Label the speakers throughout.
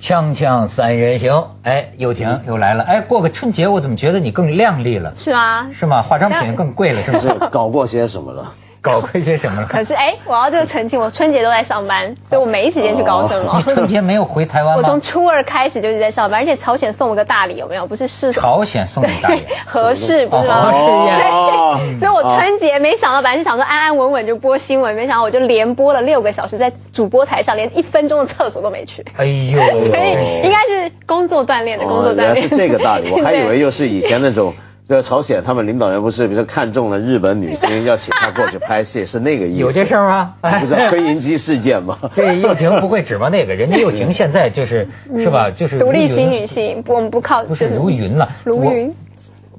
Speaker 1: 锵锵三人行，哎，又婷又来了，哎，过个春节我怎么觉得你更靓丽了？
Speaker 2: 嗯是吗？
Speaker 1: 是吗？化妆品更贵了，是
Speaker 3: 就
Speaker 1: 吗？
Speaker 3: 是搞过些什么了？
Speaker 1: 搞亏些什么了？
Speaker 2: 可是哎，我要这个澄清，我春节都在 上班，所以我没时间去搞什
Speaker 3: 哦
Speaker 1: 你春
Speaker 2: 么。
Speaker 1: 节没有回台湾
Speaker 2: 我从
Speaker 1: 吗？
Speaker 2: 初二开始就一直在上班，而且朝鲜送我个大礼，有没有？不是是
Speaker 1: 朝鲜送你大礼
Speaker 2: 对，合适不是吗？
Speaker 1: 哦合适呀
Speaker 3: 哦
Speaker 2: 所以我春节没想到，本来是想说安安稳稳就播新闻，没想到我就连播了六个小时，在主播台上连一分钟的厕所都没 去。
Speaker 1: 哎呦，
Speaker 2: 所 以应该是工作锻炼的，工
Speaker 3: 哦
Speaker 2: 作
Speaker 3: 原
Speaker 2: 锻
Speaker 3: 来
Speaker 2: 炼。
Speaker 3: 是这个大理，我还以为
Speaker 2: 对
Speaker 3: 又是以前那种，这朝鲜他们领导人不是，比如说看中了日本女星，要请她过去拍戏，是那个意思。
Speaker 1: 有这事儿吗？哎
Speaker 3: 不知道推银机事件吗？
Speaker 1: 这又婷不会指望那个，人家又 婷现在就是是吧？就是
Speaker 2: 嗯独立
Speaker 1: 如
Speaker 2: 型
Speaker 1: 云
Speaker 2: 女性，不我们不靠
Speaker 1: 不是
Speaker 2: 就
Speaker 1: 如云了，
Speaker 2: 如
Speaker 1: 我
Speaker 2: 云，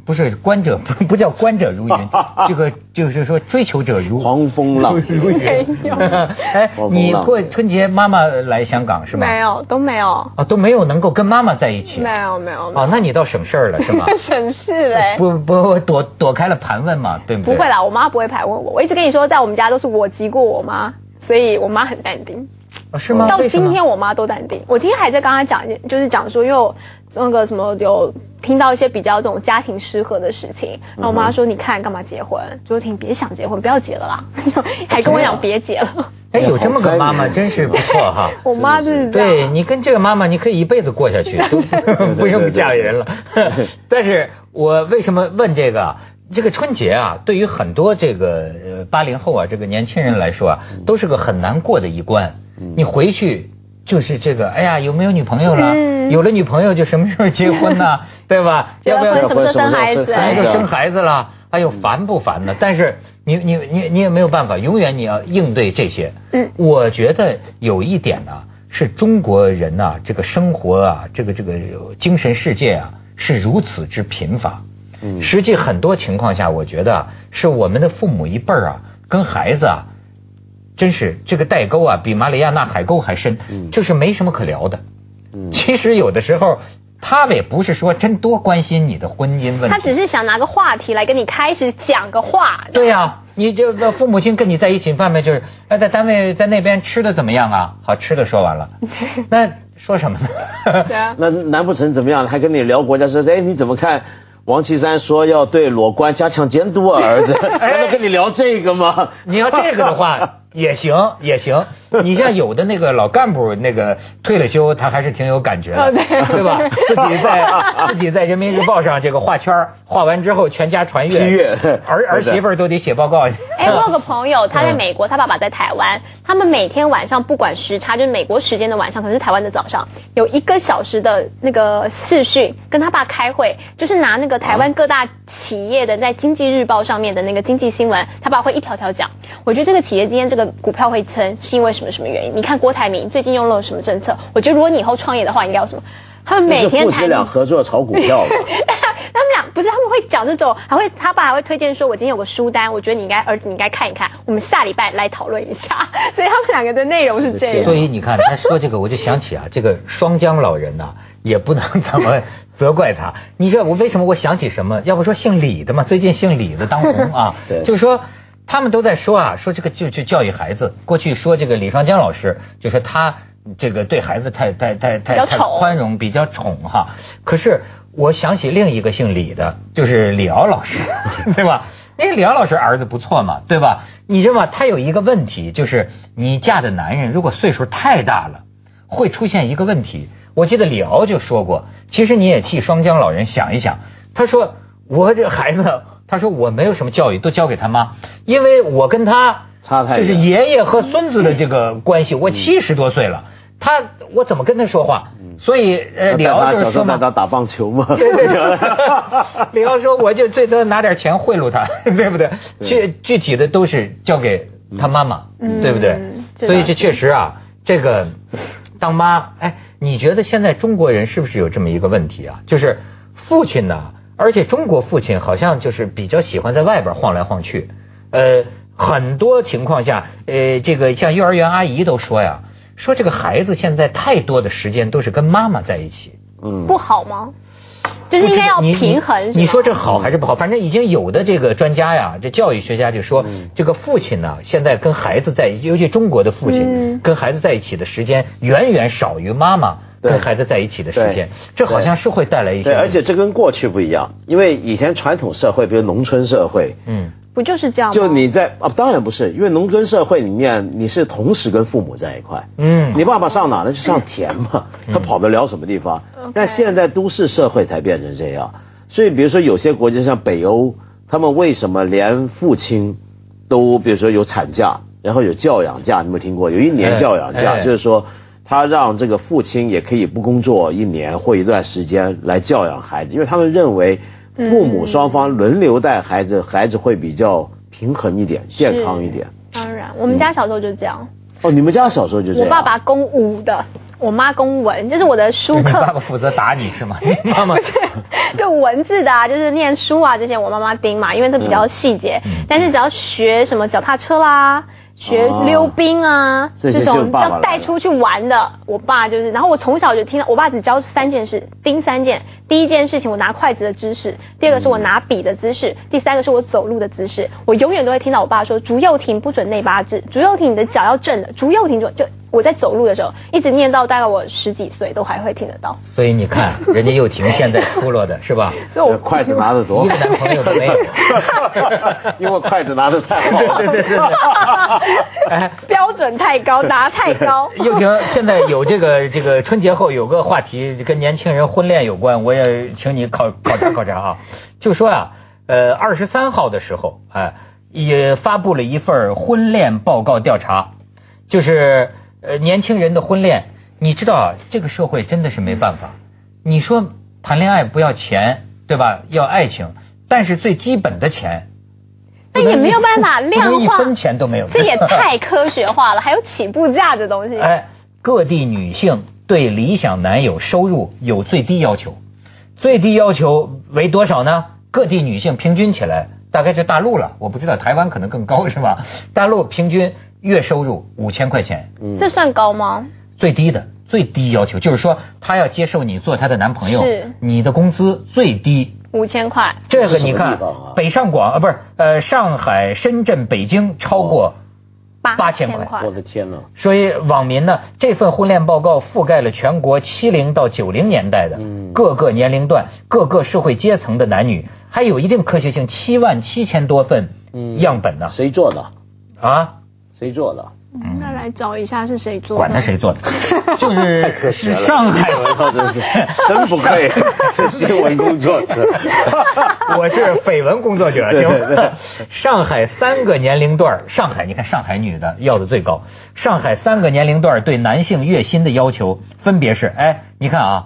Speaker 1: 不是观者 不不叫观者如云， 这个就是说追求者如
Speaker 3: 狂风浪
Speaker 1: 如如云
Speaker 2: 没有。
Speaker 1: 哎，你过春节妈妈来香港是吗？
Speaker 2: 没有都没有，
Speaker 1: 啊，都没有能够跟妈妈在一起。
Speaker 2: 没有没有。没有
Speaker 1: 哦，那你倒省事儿了是 吗？
Speaker 2: 省事嘞。
Speaker 1: 不不，躲躲开了盘问嘛，对不
Speaker 2: 不
Speaker 1: 对？
Speaker 2: 会啦，我妈不会盘问我。我一直跟你说，在我们家都是我急过我妈，所以我妈很淡定。
Speaker 1: 哦是吗？
Speaker 2: 到
Speaker 1: 为什么
Speaker 2: 今天我妈都淡定。我今天还在跟她讲一件，就是讲说，因为我那个什么有听到一些比较这种家庭失和的事情，然
Speaker 1: 嗯
Speaker 2: 后我妈说：“你看干嘛结婚？卓婷别想结婚，不要结 了啦。”还跟我讲别结了。
Speaker 1: 哎，有这么个妈妈
Speaker 3: 好开明
Speaker 1: 真是不错哈。
Speaker 2: 我妈就是这样。
Speaker 1: 对你跟这个妈妈，你可以一辈子过下去，都不用嫁人了。但是我为什么问这个啊？这个春节啊，对于很多这个呃八零后啊，这个年轻人来说啊，都是个很难过的一关。你回去就是这个，哎呀，有没有女朋友了？
Speaker 2: 嗯
Speaker 1: 有了女朋友就什么时候结婚呢、对吧？
Speaker 2: 结
Speaker 1: 要
Speaker 2: 了
Speaker 1: 不要
Speaker 2: 婚什么时候生孩
Speaker 3: 要
Speaker 2: 子
Speaker 3: 不？
Speaker 1: 咱
Speaker 3: 要
Speaker 1: 就
Speaker 3: 对嗯
Speaker 1: 生孩子了，哎呦，烦不烦呢？但是你你你你也没有办法，永远你要应对这些。
Speaker 2: 嗯，
Speaker 1: 我觉得有一点呢、是中国人呐、这个生活啊，这个这个精神世界啊，是如此之贫乏。
Speaker 3: 嗯
Speaker 1: 实际很多情况下，我觉得啊是我们的父母一辈儿啊，跟孩子啊，真是这个代沟啊，比马里亚纳海沟还深，
Speaker 3: 嗯
Speaker 1: 就是没什么可聊的。
Speaker 3: 嗯
Speaker 1: 其实有的时候，他们也不是说真多关心你的婚姻问
Speaker 2: 她
Speaker 1: 题。
Speaker 2: 只是想拿个话题来跟你开始讲个话。
Speaker 1: 对呀、你这个父母亲跟你在一起，方面就是，哎，在单位在那边吃的怎么样啊？好吃的说完 了，那说什么呢？
Speaker 2: 对啊。
Speaker 3: 那难不成怎么样？还跟你聊国家事？哎，你怎么看？王岐山说要对裸官加强监督啊，儿子，难道跟你聊这个吗？
Speaker 1: 你要这个的 话也行也行，你像有的那个老干部，那个退了休，他还是挺有感觉的，
Speaker 2: 哦对
Speaker 1: 对 吧？自己在自己在人民日报上这个画圈儿画完之后，全家传阅，
Speaker 3: 批阅
Speaker 1: 儿儿媳妇儿都得写报告。
Speaker 2: 哎，我有个朋友，他
Speaker 3: 嗯
Speaker 2: 在美国，他爸爸在台湾，他们每天晚上不管时差，就是美国时间的晚上，可能是台湾的早上，有一个小时的那个视讯，跟他爸开会，就是拿那个台
Speaker 3: 啊
Speaker 2: 湾各大企业的在《经济日报》上面的那个经济新闻，他爸会一条条讲。我觉得这个企业今天这个股票会撑，是因为什么什么原因？你看郭台铭最近用了什么政策？我觉得如果你以后创业的话，应该有什么？他们每天
Speaker 3: 那就父子
Speaker 2: 谈
Speaker 3: 俩合作炒股票吧。，
Speaker 2: 他们俩不是他们会讲这种，还会他爸还会推荐说，我今天有个书单，我觉得你应该儿子你应该看一看，我们下礼拜来讨论一下。 所以他们两个的内容是这
Speaker 1: 所
Speaker 2: 样。
Speaker 1: 以你看他说这个，我就想起啊，这个双江老人呐、也不能 怎么责怪他。你知道我为什么我想起什么？要不说姓李的嘛，最近姓李的当红啊
Speaker 3: 对
Speaker 1: 就是说。他们都在说啊，说这个就就教育孩子。过去说这个李双江老师，就说他这个对孩子太太太
Speaker 2: 比较
Speaker 1: 太太
Speaker 2: 宠
Speaker 1: 宽容，比较宠哈。可是我想起另一个姓李的，就是李敖 老师，对吧？那个李敖老师儿子不错嘛，对吧？你知道吗？他有一个问题，就是你嫁的男人如果岁数太大了，会出现一个问题。我记得李敖就说过，其实你也替双江老人想一想。他说我这孩子，他说我没有什么教育，都交给他妈，因为我跟他
Speaker 3: 差太
Speaker 1: 就
Speaker 3: 远
Speaker 1: 是爷爷和孙子的这个关系，我七十多岁了，他我怎么跟他说话？所以呃，
Speaker 3: 那
Speaker 1: 李
Speaker 3: 带
Speaker 1: 敖
Speaker 3: 嗯他
Speaker 1: 就是
Speaker 3: 小时
Speaker 1: 说
Speaker 3: 候带他
Speaker 1: 嘛，
Speaker 3: 打棒球吗？
Speaker 1: 李敖说我就最多拿点钱贿赂他， 对不对？具具体的都是交给他妈妈，
Speaker 2: 嗯
Speaker 1: 对不对
Speaker 2: 嗯？知道
Speaker 1: 所以这确实啊，这个当妈，哎，你觉得现在中国人是不是有这么一个问题啊？就是父亲呢，而且中国父亲好像就是比较喜欢在外边晃来晃去，呃，很多情况下，呃，这个像幼儿园阿姨都说呀，说这个孩子现在太多的时间都是跟妈妈在一起。
Speaker 3: 嗯
Speaker 2: 不，好吗？就是应该要
Speaker 1: 你你
Speaker 2: 平衡。是吗
Speaker 1: 你说这好还是不好？反正已经有的这个专家呀，这教育学家就说，
Speaker 3: 嗯
Speaker 1: 这个父亲呢，现在跟孩子在，尤其中国的父亲
Speaker 2: 嗯
Speaker 1: 跟孩子在一起的时间远远少于妈妈跟
Speaker 3: 对
Speaker 1: 孩子在一起的时间
Speaker 3: 对，
Speaker 1: 这好像是会带来一些
Speaker 3: 对，
Speaker 1: 问题，
Speaker 3: 而且这跟过去不一样，因为以前传统社会，比如农村社会，
Speaker 1: 嗯
Speaker 2: 不就是这样吗？
Speaker 3: 就你在啊，当然不是，因为农村社会里面你是同时跟父母在一块，
Speaker 1: 嗯，
Speaker 3: 你爸爸上哪呢？就上田嘛，他跑得了什么地方
Speaker 2: OK？
Speaker 3: 但现在都市社会才变成这样，所以比如说有些国家像北欧，他们为什么连父亲都比如说有产假，然后有教养假？你有没有听过？有一
Speaker 1: 哎
Speaker 3: 年教养假，
Speaker 1: 哎
Speaker 3: 就是说他让这个父亲也可以不工作一年或一段时间来教养孩子，因为他们认为
Speaker 2: 嗯
Speaker 3: 父母双方轮流带孩子，孩子会比较平衡一点、健康一点。
Speaker 2: 当然，我们家小时候就是这样。
Speaker 3: 哦，你们家小时候就这样？
Speaker 2: 我爸爸攻武的，我妈攻文，就是我的书
Speaker 1: 你爸
Speaker 2: 课
Speaker 1: 爸负责打你是吗？ 你妈妈
Speaker 2: 就文字的啊，就是念书啊这些，我妈妈盯嘛，因为这比较细节。
Speaker 1: 嗯
Speaker 2: 但是只要学什么脚踏车啦。学
Speaker 3: 哦
Speaker 2: 溜冰啊，
Speaker 3: 这些
Speaker 2: 这
Speaker 3: 就
Speaker 2: 种
Speaker 3: 是爸爸来
Speaker 2: 要
Speaker 3: 了
Speaker 2: 带出去玩的，我爸就是。然后我从小就听到，我爸只教三件事，盯三件。第一件事情，我拿筷子的姿势；第二个是我拿笔的姿
Speaker 3: 嗯
Speaker 2: 势；第三个是我走路的姿势。我永远都会听到我爸说：“竹右挺不准内八字，竹右挺你的脚要正的，竹右挺准。”就我在走路的时候，一直念到大概我十几岁都还会听得到。
Speaker 1: 所以你看，人家又婷现在出落的是吧？
Speaker 2: 所以我
Speaker 3: 呃筷子拿得多好，
Speaker 1: 一个男朋友都没 有。
Speaker 3: 因为筷子拿的太好。
Speaker 1: 对对对哎
Speaker 2: 标准太 高，拿太高。
Speaker 1: 又婷现在有这个 这个春节后有个话题跟年轻人婚恋有关，我也请你考考察考察啊。 就说啊，呃，二十三号的时候，哎、也发布了一份婚恋报告调查，就是呃年轻人的婚恋，你知道啊，这个社会真的是没办法。你说谈恋爱不要钱，对吧？要爱情，但是最基本的钱，
Speaker 2: 那也没有办法
Speaker 1: 不能
Speaker 2: 量
Speaker 1: 一
Speaker 2: 化
Speaker 1: 分钱都没有，
Speaker 2: 这也太科学化了，还有起步价这东西。
Speaker 1: 哎，各地女性对理想男友收入有最低要求，最低要求为多少呢？各地女性平均起来，大概就大陆了，我不知道台湾可能更高是吧？大陆平均月收入五千块钱，
Speaker 3: 嗯
Speaker 2: 这算高吗？
Speaker 1: 最低的最低要求就是说，她要接受你做她的男朋友
Speaker 2: 是，
Speaker 1: 你的工资最低。
Speaker 2: 五千块，
Speaker 1: 这个你
Speaker 3: 这是什么
Speaker 1: 看
Speaker 3: 地方啊，
Speaker 1: 北上广啊，不是呃上海、深圳、北京超
Speaker 3: 哦
Speaker 1: 过
Speaker 2: 八
Speaker 1: 8000块
Speaker 2: 块
Speaker 3: 我。的天呐，
Speaker 1: 所以网民呢，这份婚恋报告覆盖了全国七零到九零年代的
Speaker 3: 嗯
Speaker 1: 各个年龄段、各个社会阶层的男女，还有一定科学性，七万七千多份
Speaker 3: 嗯
Speaker 1: 样本呢、
Speaker 3: 谁做的？
Speaker 1: 啊！
Speaker 3: 谁做的？
Speaker 2: 嗯那来找一下是谁做的？
Speaker 1: 管他谁做的， 就
Speaker 3: 太科
Speaker 1: 是
Speaker 3: 学了
Speaker 1: 是上 海 文化
Speaker 3: 真是真不愧是新闻 工作者。
Speaker 1: 啊我是绯闻工作者，
Speaker 3: 对
Speaker 1: 行
Speaker 3: 对对
Speaker 1: 吗？ 上海三个年龄段儿，上海你看上海女的要的最高，上海三个年龄段儿对男性月薪的要求分别是，哎，你看啊，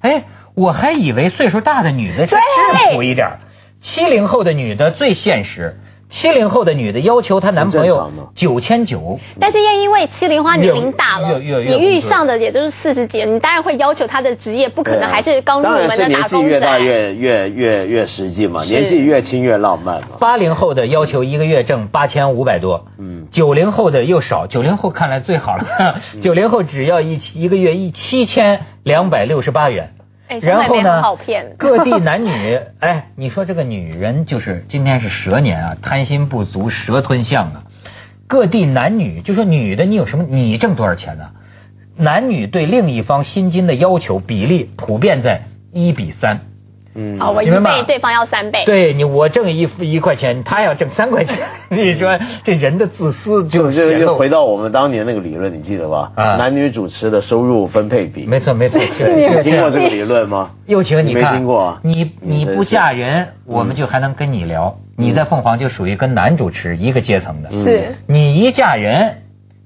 Speaker 1: 哎，我还以为岁数大的女的是质朴一点儿，七零后的女的最现实。七零后的女的要求她男朋
Speaker 3: 很
Speaker 1: 友
Speaker 3: 正常嘛
Speaker 1: 九千九，
Speaker 2: 但是也因为七零花年龄大了，
Speaker 1: 越越越
Speaker 2: 你遇上的也就是四十几，你当然会要求他的职业不可能还是刚入
Speaker 3: 当
Speaker 2: 门
Speaker 3: 然是
Speaker 2: 的
Speaker 3: 年
Speaker 1: 啊
Speaker 2: 打
Speaker 3: 纪
Speaker 2: 工
Speaker 3: 越大
Speaker 2: 仔。
Speaker 3: 越越越越实际嘛，
Speaker 2: 是
Speaker 3: 年纪越轻越浪漫嘛。
Speaker 1: 八零后的要求一个月挣八千五百多，
Speaker 3: 嗯
Speaker 1: 九零后的又少，九零后看来最好了，九零后只要一一个月一七千两百六十八元。
Speaker 2: 哎
Speaker 1: 然后
Speaker 2: 现在没那
Speaker 1: 呢
Speaker 2: 么好骗？
Speaker 1: 各地男女， 哎，你说这个女人就是今天是蛇年啊，贪心不足蛇吞象啊。各地男女，就说女的你有什么，你挣多少钱呢、男女对另一方薪金的要求比例普遍在一比三。
Speaker 3: 嗯
Speaker 2: 好，啊我一
Speaker 1: 你明白
Speaker 2: 倍，
Speaker 1: 吗
Speaker 2: 对方要三倍。
Speaker 1: 对你，我挣一一块钱，他要挣三块钱， 你说这人的自私就
Speaker 3: 就是就
Speaker 1: 显
Speaker 3: 就
Speaker 1: 露
Speaker 3: 回到我们当年那个理论，你记得吧？
Speaker 1: 啊
Speaker 3: 男女主持的收入分配比，
Speaker 1: 没错没错，就是
Speaker 3: 你
Speaker 1: 就是
Speaker 3: 听过
Speaker 1: 样
Speaker 3: 这个理论吗？
Speaker 1: 又晴，
Speaker 3: 你
Speaker 1: 你
Speaker 3: 没
Speaker 1: 看，
Speaker 3: 听过啊
Speaker 1: 你
Speaker 3: 嗯
Speaker 1: 你
Speaker 3: 真
Speaker 1: 不
Speaker 3: 是
Speaker 1: 嫁人，我们就还能跟你聊。你在凤凰就属于跟男主持一个阶层的，
Speaker 3: 嗯
Speaker 2: 是
Speaker 1: 你一嫁人，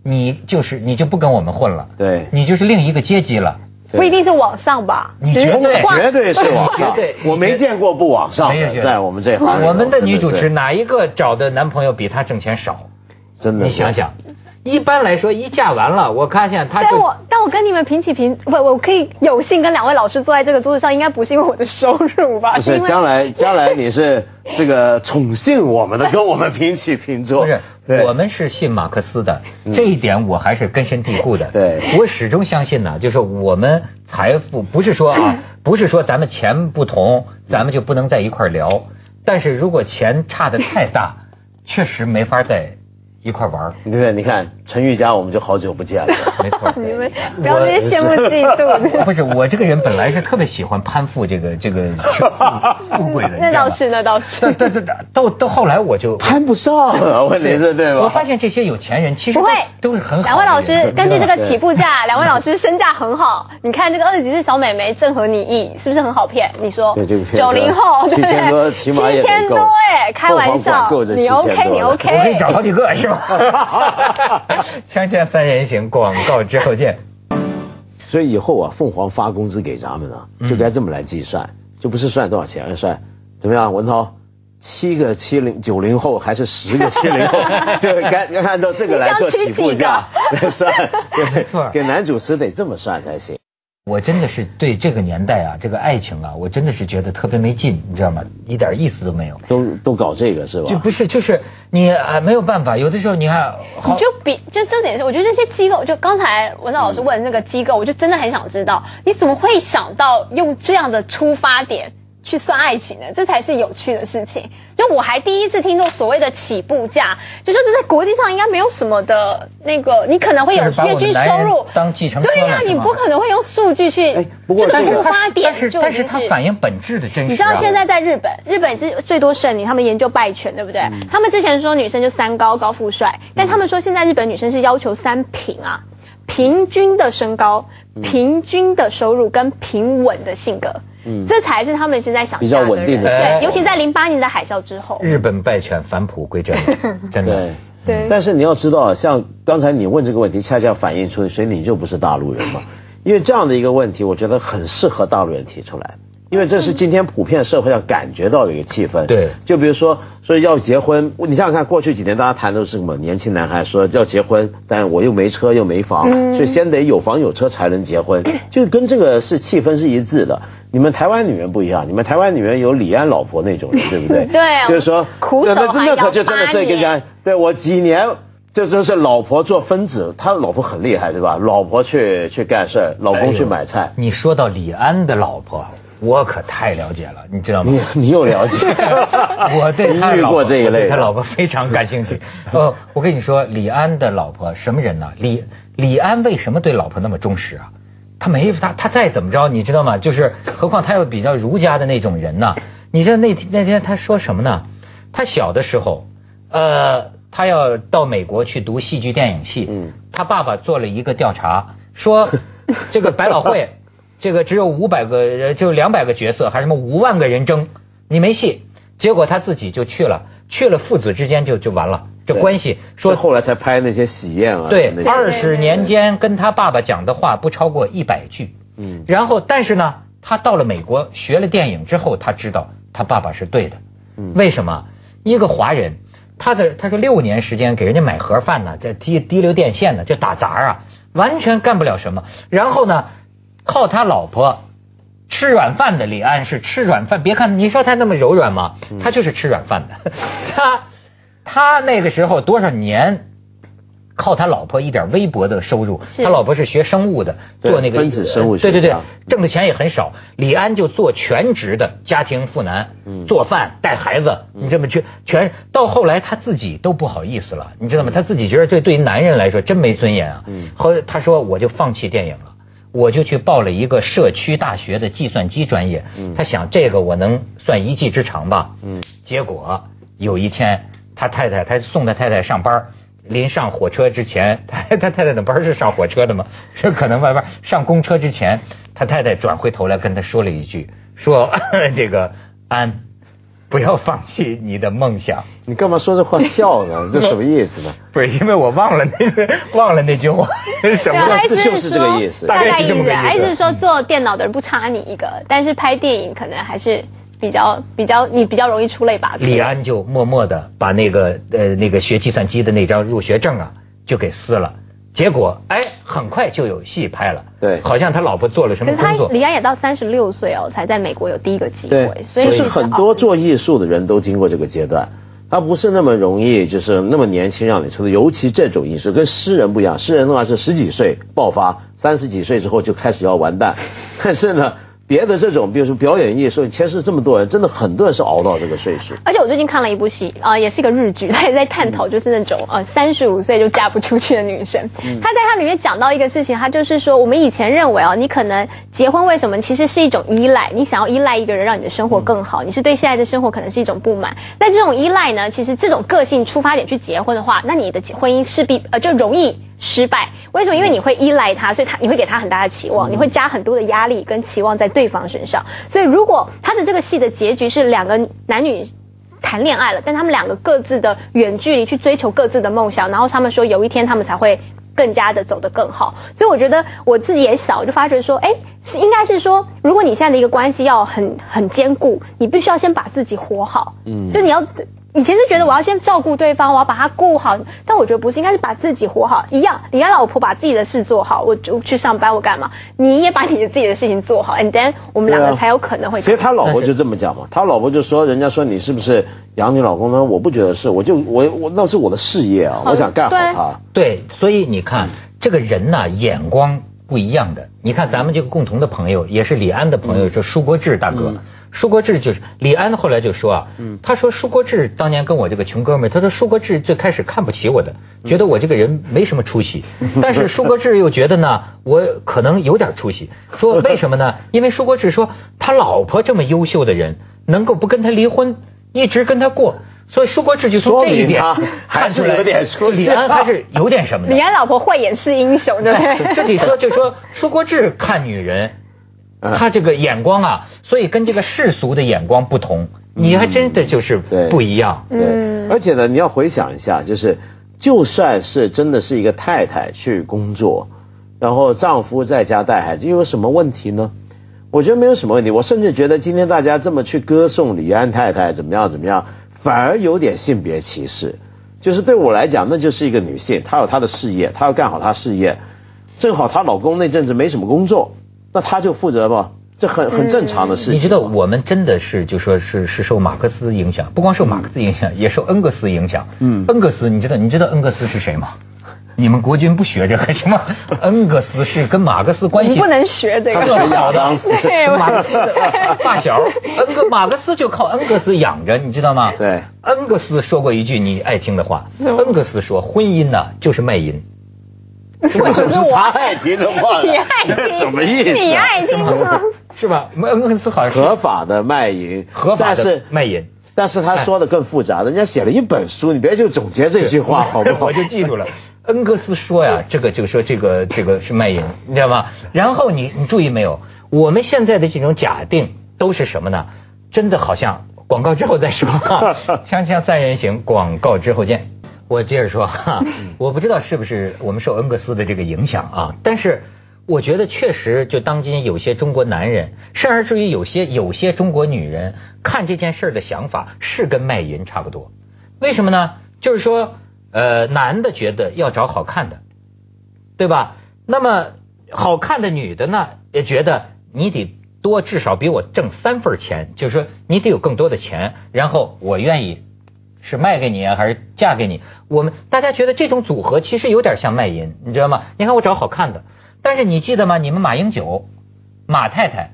Speaker 1: 你就是你就不跟我们混了，
Speaker 3: 嗯对，
Speaker 1: 你就是另一个阶级了。
Speaker 3: 对
Speaker 2: 不一定是往上吧？
Speaker 1: 你
Speaker 2: 只
Speaker 1: 绝
Speaker 2: 是
Speaker 1: 对
Speaker 2: 换
Speaker 3: 绝对是往上
Speaker 1: 绝对，
Speaker 3: 我没见过不往上
Speaker 1: 没有绝
Speaker 3: 的，
Speaker 1: 对
Speaker 3: 在我们这行里头，
Speaker 1: 我们的女主
Speaker 3: 真
Speaker 1: 持
Speaker 3: 是
Speaker 1: 哪一个找的男朋友比她挣钱少？
Speaker 3: 真的
Speaker 1: 你
Speaker 3: 是，
Speaker 1: 想想，一般来说一嫁完了，我发现她
Speaker 2: 但
Speaker 1: 就
Speaker 2: 我但我跟你们平起平，不，我可以有幸跟两位老师坐在这个桌子上，应该不是因为我的收入吧？
Speaker 3: 不是
Speaker 2: 啊因为
Speaker 3: 将来将来你是这个宠幸我们的，跟我们平起平坐，
Speaker 1: 不是，
Speaker 3: 对
Speaker 1: 我们是信马克思的，
Speaker 3: 嗯
Speaker 1: 这一点我还是根深蒂固的。
Speaker 3: 对，
Speaker 1: 我始终相信呢，就是我们财富不是说
Speaker 2: 嗯
Speaker 1: 啊，不是说咱们钱不同，咱们就不能 在一块儿聊。但是如果钱差的太大，确实没法在一块玩儿。
Speaker 3: 对，你看陈玉佳，我们就好久不见了。
Speaker 1: 没错，
Speaker 2: 你们不要那些羡慕嫉 妒。
Speaker 1: 不是我这个人本来是特别喜欢攀附这个这 个富富贵的，你
Speaker 2: 那
Speaker 1: 知道
Speaker 2: 倒
Speaker 1: 吧
Speaker 2: 是，那倒是。
Speaker 1: 但但但到到后来我就
Speaker 3: 攀不上啊， 问题是对吧？
Speaker 1: 我发现这些有钱人其实
Speaker 2: 不会
Speaker 1: 都都是很好的
Speaker 2: 两位老师
Speaker 1: 人
Speaker 2: 根据这个
Speaker 3: 对
Speaker 2: 起步价，两位老师身价很好。你看这个二十几岁小美眉正合你意，是不是很好骗？你说
Speaker 3: 对这个骗
Speaker 2: 九零后，对
Speaker 3: 七
Speaker 2: 不
Speaker 3: 千多
Speaker 2: 对？
Speaker 3: 起码也
Speaker 2: 七千
Speaker 3: 得够
Speaker 2: 多哎，开玩
Speaker 3: 购房
Speaker 2: 笑
Speaker 3: 款够，这
Speaker 2: 你
Speaker 3: 7000
Speaker 2: OK
Speaker 3: 多
Speaker 2: 你
Speaker 3: 了
Speaker 2: OK。
Speaker 1: 我给你找好几个是吧？锵锵三人行，广告之后见。
Speaker 3: 所以以后啊，凤凰发工资给咱们呢，
Speaker 1: 嗯
Speaker 3: 就该这么来计算，就不是算多少钱，而是算怎么样？文涛，七个七零九零后还是十个 七零后，就该要按照这个来做起步价
Speaker 2: 你
Speaker 3: 来算，对
Speaker 1: 没错
Speaker 3: 给男主持得这么算才行。
Speaker 1: 我真的是对这个年代啊，这个爱情啊，我真的是觉得特别没劲，你知道吗？一点意思都没有。
Speaker 3: 都都搞这个是吧
Speaker 1: 就？不是，就是你啊，没有办法，有的时候你看，
Speaker 2: 你
Speaker 1: 好
Speaker 2: 就比就重点是，我觉得这些机构，就刚才文道老师问那个机构，我就真的很想知道，你怎么会想到用这样的出发点去算爱情呢？这才是有趣的事情。就我还第一次听到所谓的起步价，就说这在国际上应该没有什么的那个，你可能会有
Speaker 1: 就是把
Speaker 2: 月
Speaker 1: 我的
Speaker 2: 均
Speaker 1: 男
Speaker 2: 收
Speaker 1: 人
Speaker 2: 入
Speaker 1: 当继承车
Speaker 2: 对呀、
Speaker 1: 了是
Speaker 2: 你
Speaker 1: 吗
Speaker 2: 不可能会用数据去，
Speaker 3: 哎不过
Speaker 2: 这
Speaker 1: 但
Speaker 2: 个
Speaker 1: 是
Speaker 2: 出
Speaker 1: 它
Speaker 2: 发点
Speaker 1: 但是
Speaker 2: 就
Speaker 1: 但
Speaker 2: 已
Speaker 1: 是
Speaker 2: 经
Speaker 1: 它反映本质的真实、啊。
Speaker 2: 你知道现在在日本，日本是最多剩女，他们研究败犬，对不对？
Speaker 3: 嗯
Speaker 2: 他们之前说女生就三高高富帅，但他们说现在日本女生是要求三平啊，平均的身高、平均的收入跟平稳的性格，
Speaker 3: 嗯
Speaker 2: 这才是他们现在想
Speaker 3: 比较
Speaker 2: 嫁
Speaker 3: 稳定的
Speaker 2: 人
Speaker 1: 生活
Speaker 2: 对，尤其在零八年的海啸之后，
Speaker 1: 日本败犬返璞归 真，真的
Speaker 3: 对。。
Speaker 2: 对
Speaker 3: 但是你要知道，像刚才你问这个问题，恰恰反映出水你就不是大陆人嘛。因为这样的一个问题，我觉得很适合大陆人提出来，因为这是今天普遍社会上感觉到的一个气氛。
Speaker 1: 对
Speaker 3: 就比如说说要结婚，你想想看，过去几年大家谈的是什么？年轻男孩说要结婚，但我又没车又没房，
Speaker 2: 嗯
Speaker 3: 所以先得有房有车才能结婚，就是跟这个是气氛是一致的。你们台湾女人不一样，你们台湾女人有李安老婆那种人，对不对？
Speaker 2: 对
Speaker 3: 就是说
Speaker 2: 苦
Speaker 3: 那
Speaker 2: 守
Speaker 3: 那那可就真的是
Speaker 2: 还要八
Speaker 3: 一个
Speaker 2: 年
Speaker 3: 人对我几年，这真是老婆做分子，他老婆很厉害，对吧？老婆去去干事儿，老公去买菜，
Speaker 1: 你说到李安的老婆，我可太了解了，你知道吗？
Speaker 3: 你？你又了解
Speaker 1: 我对他
Speaker 3: 你遇
Speaker 1: 老婆
Speaker 3: 过这一
Speaker 1: 我对
Speaker 3: 类
Speaker 1: 他
Speaker 3: 的
Speaker 1: 老婆非常感兴 趣。哦，我跟你说，李安的老婆什么人呢？李李安为什么对老婆那么忠实啊？他没他他再怎么着，你知道吗？就是何况他又比较儒家的那种人呢。你知道那天那天他说什么呢？他小的时候，呃，他要到美国去读戏剧电影系，
Speaker 3: 嗯
Speaker 1: 他爸爸做了一个调查，说这个百老汇， 这个只有五百个，呃就两百个角色，还是什么五万个人争，你没戏。结果他自己就去了，去了父子之间就就完了，这
Speaker 3: 对
Speaker 1: 关系
Speaker 3: 说
Speaker 1: 说
Speaker 3: 后来才拍那些喜宴啊，
Speaker 1: 对
Speaker 3: 那些
Speaker 1: 二十年间跟他爸爸讲的话不超过一百句。
Speaker 3: 嗯，
Speaker 1: 然后，但是呢，他到了美国学了电影之后，他知道他爸爸是对的。
Speaker 3: 嗯
Speaker 1: 为什么？一个华人，他的他说六年时间给人家买盒饭呢，在滴滴溜电线呢，就打杂啊，完全干不了什么。然后呢，靠他老婆。吃软饭的李安是吃软饭，别看你说他那么柔软嘛，
Speaker 3: 嗯
Speaker 1: 他就是吃软饭的。 他他那个时候多少年靠他老婆一点微薄的收入，
Speaker 2: 是
Speaker 1: 他老婆是学生物的，
Speaker 3: 对
Speaker 1: 做那个
Speaker 3: 分子生物学
Speaker 1: 对对对
Speaker 3: 家，
Speaker 1: 挣的钱也很少。李安就做全职的家庭妇男，
Speaker 3: 嗯
Speaker 1: 做饭带孩子，你这么去全到后来他自己都不好意思了，你知道吗？他自己觉得这对于男人来说真没尊严啊。
Speaker 3: 嗯
Speaker 1: 后来他说我就放弃电影了。我就去报了一个社区大学的计算机专业，
Speaker 3: 嗯
Speaker 1: 他想这个我能算一技之长吧，
Speaker 3: 嗯
Speaker 1: 结果有一天，他太太他送他太太上班，临上火车之前， 他他太太的班是上火车的嘛，是可能外边上公车之前，他太太转回头来跟他说了一句，说 这个安，不要放弃你的梦想。
Speaker 3: 你干嘛说这话 笑呢？这什么意思呢？
Speaker 1: 不是因为我忘了那个忘了那句话是什
Speaker 2: 对
Speaker 1: 么
Speaker 2: 啊，
Speaker 1: 了
Speaker 2: 他一直
Speaker 3: 这就是这个
Speaker 2: 说
Speaker 3: 意思
Speaker 2: 大
Speaker 1: 大
Speaker 2: 概
Speaker 1: 概是
Speaker 2: 意
Speaker 1: 这么
Speaker 2: 思，
Speaker 1: 个意思
Speaker 2: 还是说做电脑的人不差你一个，但是拍电影可能还是比较比较你比较容易出类拔萃。
Speaker 1: 李安就默默的把那个呃那个学计算机的那张入学证啊就给撕了，结果哎很快就有戏拍了，
Speaker 3: 对
Speaker 1: 好像他老婆做了什
Speaker 2: 可
Speaker 1: 么
Speaker 2: 是他
Speaker 1: 工作，
Speaker 2: 李安也到三十六岁哦，才在美国有第一个机会，所以
Speaker 3: 就是
Speaker 2: 是哦
Speaker 3: 很多做艺术的人都经过这个阶段，他不是那么容易，就是那么年轻让你出的，尤其这种艺术跟诗人不 一样，诗人的话是十几岁爆发，三十几岁之后就开始要完蛋，但是呢，别的这种，比如说表演艺术，其实这么多人，真的很多人是熬到这个岁数。
Speaker 2: 而且我最近看了一部戏，啊、也是一个日剧，它也在探讨就是那种呃三十五岁就嫁不出去的女生。她在它里面讲到一个事情，她就是说我们以前认为哦，你可能结婚为什么其实是一种依赖，你想要依赖一个人让你的生活更好，你是对现在的生活可能是一种不满。但这种依赖呢，其实这种个性出发点去结婚的话，那你的婚姻势必呃就容易。失败，为什么？因为你会依赖他，所以他你会给他很大的期望，你会加很多的压力跟期望在对方身上。所以如果他的这个戏的结局是两个男女谈恋爱了，但他们两个各自的远距离去追求各自的梦想，然后他们说有一天他们才会更加的走得更好。所以我觉得我自己也小，我就发觉说，哎，是应该是说，如果你现在的一个关系要很很坚固，你必须要先把自己活好，
Speaker 3: 嗯
Speaker 2: 就你要。以前是觉得我要先照顾对方，我要把他顾好，但我觉得不是，应该是把自己活好。一样，你让老婆把自己的事做好，我我去上班，我干嘛？你也把你的自己的事情做好，and then 我们两
Speaker 3: 对
Speaker 2: 个
Speaker 3: 啊
Speaker 2: 才有可能会。
Speaker 3: 其实他老婆就这么讲 嘛，他老婆就说，人家说你是不是养你老公呢？我不觉得是，我就我我那是我的事业啊，
Speaker 2: 好
Speaker 3: 我想干好它。
Speaker 1: 对，所以你
Speaker 3: 嗯
Speaker 1: 看这个人呐、眼光不一样的。你看咱们这个共同的朋
Speaker 3: 嗯
Speaker 1: 友，也是李安的朋友，这舒国志大哥。舒国志就是李安，后来就说啊，
Speaker 3: 嗯
Speaker 1: 他说舒国志当年跟我这个穷哥们儿，他说舒国志最开始看不起我的，
Speaker 3: 嗯
Speaker 1: 觉得我这个人没什么出 息，但是舒国志又觉得呢，我可能有点出息，说为什么呢？因为舒国志说他老婆这么优秀的人，能够不跟他离婚，一直跟他过，所以舒国志就从这一点
Speaker 3: 说明他还是有点出息
Speaker 1: 李安还是有点什么的
Speaker 2: 李。安老婆慧眼识英雄，对不 对？
Speaker 1: 这里说就说舒国志看女人，
Speaker 3: 嗯
Speaker 1: 他这个眼光啊，所以跟这个世俗的眼光不同，
Speaker 3: 嗯
Speaker 1: 你还真的就是
Speaker 3: 对
Speaker 1: 不一样。
Speaker 3: 对，而且呢，你要回想一下，就是就算是真的是一个太太去工作，然后丈夫在家带孩子，又有什么问题呢？我觉得没有什么问题，我甚至觉得今天大家这么去歌颂李安太太怎么样怎么样，反而有点性别歧视。就是对我来讲，那就是一个女性，她有她的事业，她要干好她事业。正好她老公那阵子没什么工作，那她就负责吧，这很很正常的事
Speaker 1: 嗯
Speaker 3: 情。
Speaker 1: 你知道，我们真的是就说是是受马克思影响，不光受马克思影响，也受恩格斯影响。
Speaker 3: 嗯
Speaker 1: 恩格斯，你知道你知道恩格斯是谁吗？你们国军不学这个是 吗？恩格斯是跟马克思关
Speaker 2: 你
Speaker 1: 系
Speaker 2: 不能学这
Speaker 3: 他
Speaker 2: 个。
Speaker 3: 们学亚当斯
Speaker 2: 对，
Speaker 1: 马克思
Speaker 2: 我
Speaker 1: 的发小，恩格马克思就靠恩格斯养着，你知道吗？
Speaker 3: 对，
Speaker 1: 恩格斯说过一句你爱听的话，恩格斯说婚姻呐就是卖淫，
Speaker 3: 为什么是他爱听的话呢？
Speaker 2: 你 爱听
Speaker 3: 什么意思啊？
Speaker 2: 你爱 听吗？
Speaker 1: 是吧？我们恩格斯好像是
Speaker 3: 合法的卖淫，
Speaker 1: 合法
Speaker 3: 但
Speaker 1: 的
Speaker 3: 是
Speaker 1: 卖淫。
Speaker 3: 但是他说的更复杂，人家写了一本书，你别就总结这句话好不好？嗯
Speaker 1: 我就记住了。恩格斯说呀，这个就说这个这个是卖 淫，你知道吗？然后你你注意没有，我们现在的这种假定都是什么呢？真的好像广告之后再说 哈，锵锵三人行，广告之后见。我接着说哈，
Speaker 3: 嗯
Speaker 1: 我不知道是不是我们受恩格斯的这个影响啊，但是我觉得确实，就当今有些中国男人，甚至于有些有些中国女人看这件事儿的想法是跟卖淫差不多。为什么呢？就是说，呃，男的觉得要找好看的，对吧？那么好看的女的呢，也觉得你得多，至少比我挣三份钱，就是说你得有更多的钱，然后我愿意是卖给你啊，还是嫁给你？我们大家觉得这种组合其实有点像卖淫，你知道吗？你看我找好看的，但是你记得吗？你们马英九、马太太，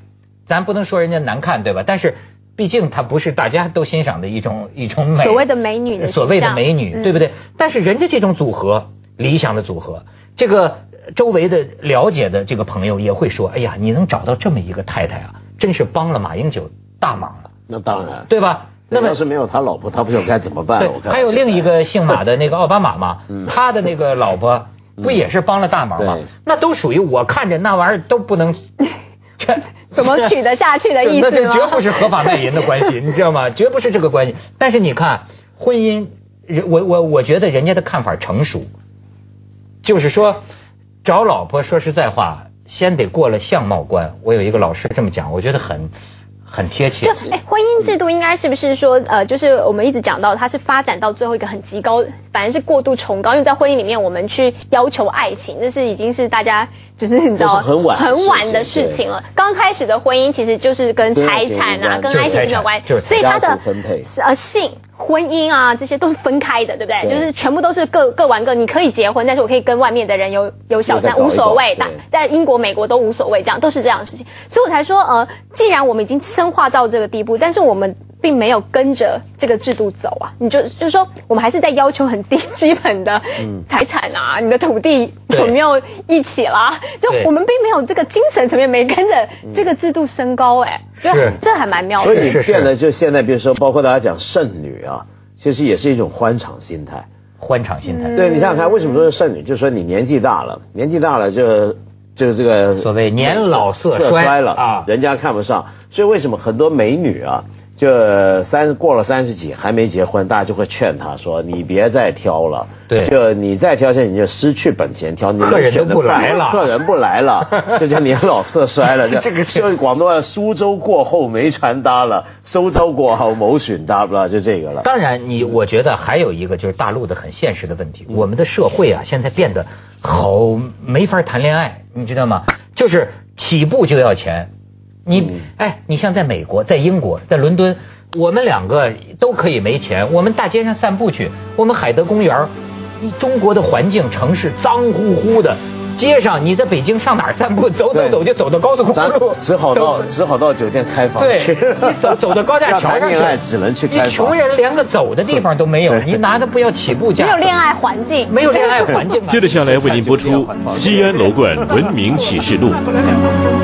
Speaker 1: 咱不能说人家难看，对吧？但是毕竟她不是大家都欣赏的一种一种美，
Speaker 2: 所谓的美女的
Speaker 1: 所谓
Speaker 2: 形
Speaker 1: 的
Speaker 2: 象
Speaker 1: 美女，
Speaker 2: 嗯
Speaker 1: 对不对？但是人家这种组合，理想的组合，这个周围的了解的这个朋友也会说，哎呀，你能找到这么一个太太啊，真是帮了马英九大忙了，
Speaker 3: 那当然，
Speaker 1: 对吧？那么
Speaker 3: 要是没有他老婆，他不知道该怎么办。哎我看
Speaker 1: 还有另一个姓马的那个奥巴马嘛
Speaker 3: 嗯，
Speaker 1: 他的那个老婆不也是帮了大忙吗
Speaker 3: 对？
Speaker 1: 那都属于我看着那玩意儿都不能， 这
Speaker 2: 怎 么娶得下去的意
Speaker 1: 那
Speaker 2: 思
Speaker 1: 这
Speaker 2: 吗？
Speaker 1: 绝不是合法卖淫的关 系，你知道吗？绝不是这个关系。但是你看，婚姻，人我我我觉得人家的看法成熟，就是说找老婆，说实在话，先得过了相貌关。我有一个老师这么讲，我觉得很很贴切。
Speaker 2: 就哎，婚姻制度应该是不是
Speaker 3: 嗯
Speaker 2: 说呃，就是我们一直讲到它是发展到最后一个很极高，反而是过度崇高，因为在婚姻里面我们去要求爱情，那是已经是大家就是你知道
Speaker 3: 这是很晚的事情
Speaker 2: 很晚的事情了。刚开始的婚姻其实就是跟财产啊，
Speaker 3: 跟
Speaker 2: 跟
Speaker 1: 爱
Speaker 2: 爱
Speaker 1: 情无关
Speaker 2: 情是没有关系
Speaker 1: 就是，
Speaker 2: 所以它
Speaker 3: 家
Speaker 2: 的
Speaker 3: 族分配
Speaker 2: 是呃性婚姻啊这些都是分开的，对不对？
Speaker 3: 对
Speaker 2: 就是全部都是各各玩各，你可以结婚，但是我可以跟外面的人有有小三，
Speaker 3: 有
Speaker 2: 无
Speaker 3: 再找一个
Speaker 2: 所谓。
Speaker 3: 对
Speaker 2: 但在英国、美国都无所谓，这样都是这样的事情。所以我才说，呃，既然我们已经深化到这个地步，但是我们并没有跟着这个制度走啊，你就就是说，我们还是在要求很低基本的
Speaker 3: 嗯
Speaker 2: 财产啊，你的土地
Speaker 1: 对
Speaker 2: 有没有一起啦？就
Speaker 1: 对
Speaker 2: 我们并没有这个精神层面没跟着这个制度升高、哎，就是这还蛮妙的
Speaker 3: 所。以你
Speaker 1: 是是
Speaker 3: 变得就现在，比如说，包括大家讲剩女啊，其实也是一种欢场心态。
Speaker 1: 欢场心
Speaker 2: 嗯
Speaker 1: 态，
Speaker 3: 对你想想看，为什么说是剩女？就是说你年纪大了，年纪大了就就这个
Speaker 1: 所谓年老色衰
Speaker 3: 衰了
Speaker 1: 啊
Speaker 3: 人家看不上。所以为什么很多美女啊，就三过了三十几还没结婚，大家就会劝她说：“你别再挑了，
Speaker 1: 对
Speaker 3: 就你再挑下去你就失去本钱挑，你
Speaker 1: 客人
Speaker 3: 选
Speaker 1: 都
Speaker 3: 的
Speaker 1: 不
Speaker 3: 范
Speaker 1: 来
Speaker 3: 围
Speaker 1: 了
Speaker 3: 客人不 来了，这叫年老色衰了。
Speaker 1: 这个
Speaker 3: 就是广东话，苏州过后没船搭了，苏州过后谋船搭不了，就这个了。
Speaker 1: 当然，你我觉得还有一个就是大陆的很现实的问题，我们的社会啊现在变得好没法谈恋爱，你知道吗？就是起步就要钱，你
Speaker 3: 嗯
Speaker 1: 哎，你像在美国、在英国、在伦敦，我们两个都可以没钱，我们大街上散步去，我们海德公园儿，你中国的环境城市脏乎乎的。街上，你在北京上哪儿散步？走走
Speaker 3: 对
Speaker 1: 走就走到高速公
Speaker 3: 咱
Speaker 1: 路，
Speaker 3: 只好
Speaker 1: 走
Speaker 3: 到只好到酒店开房
Speaker 1: 对，
Speaker 3: 去。
Speaker 1: 你走走到高架桥上
Speaker 3: 要谈
Speaker 1: 去，
Speaker 3: 恋爱只能去开
Speaker 1: 你穷
Speaker 3: 房。
Speaker 1: 人连个走的地方都没有，你拿的不要起步价，
Speaker 2: 没有恋爱环境，
Speaker 1: 没有恋爱环境嘛。
Speaker 4: 接着下来为您播出《
Speaker 1: 就是这样环保
Speaker 4: 西安楼冠文明启示录》。
Speaker 1: 的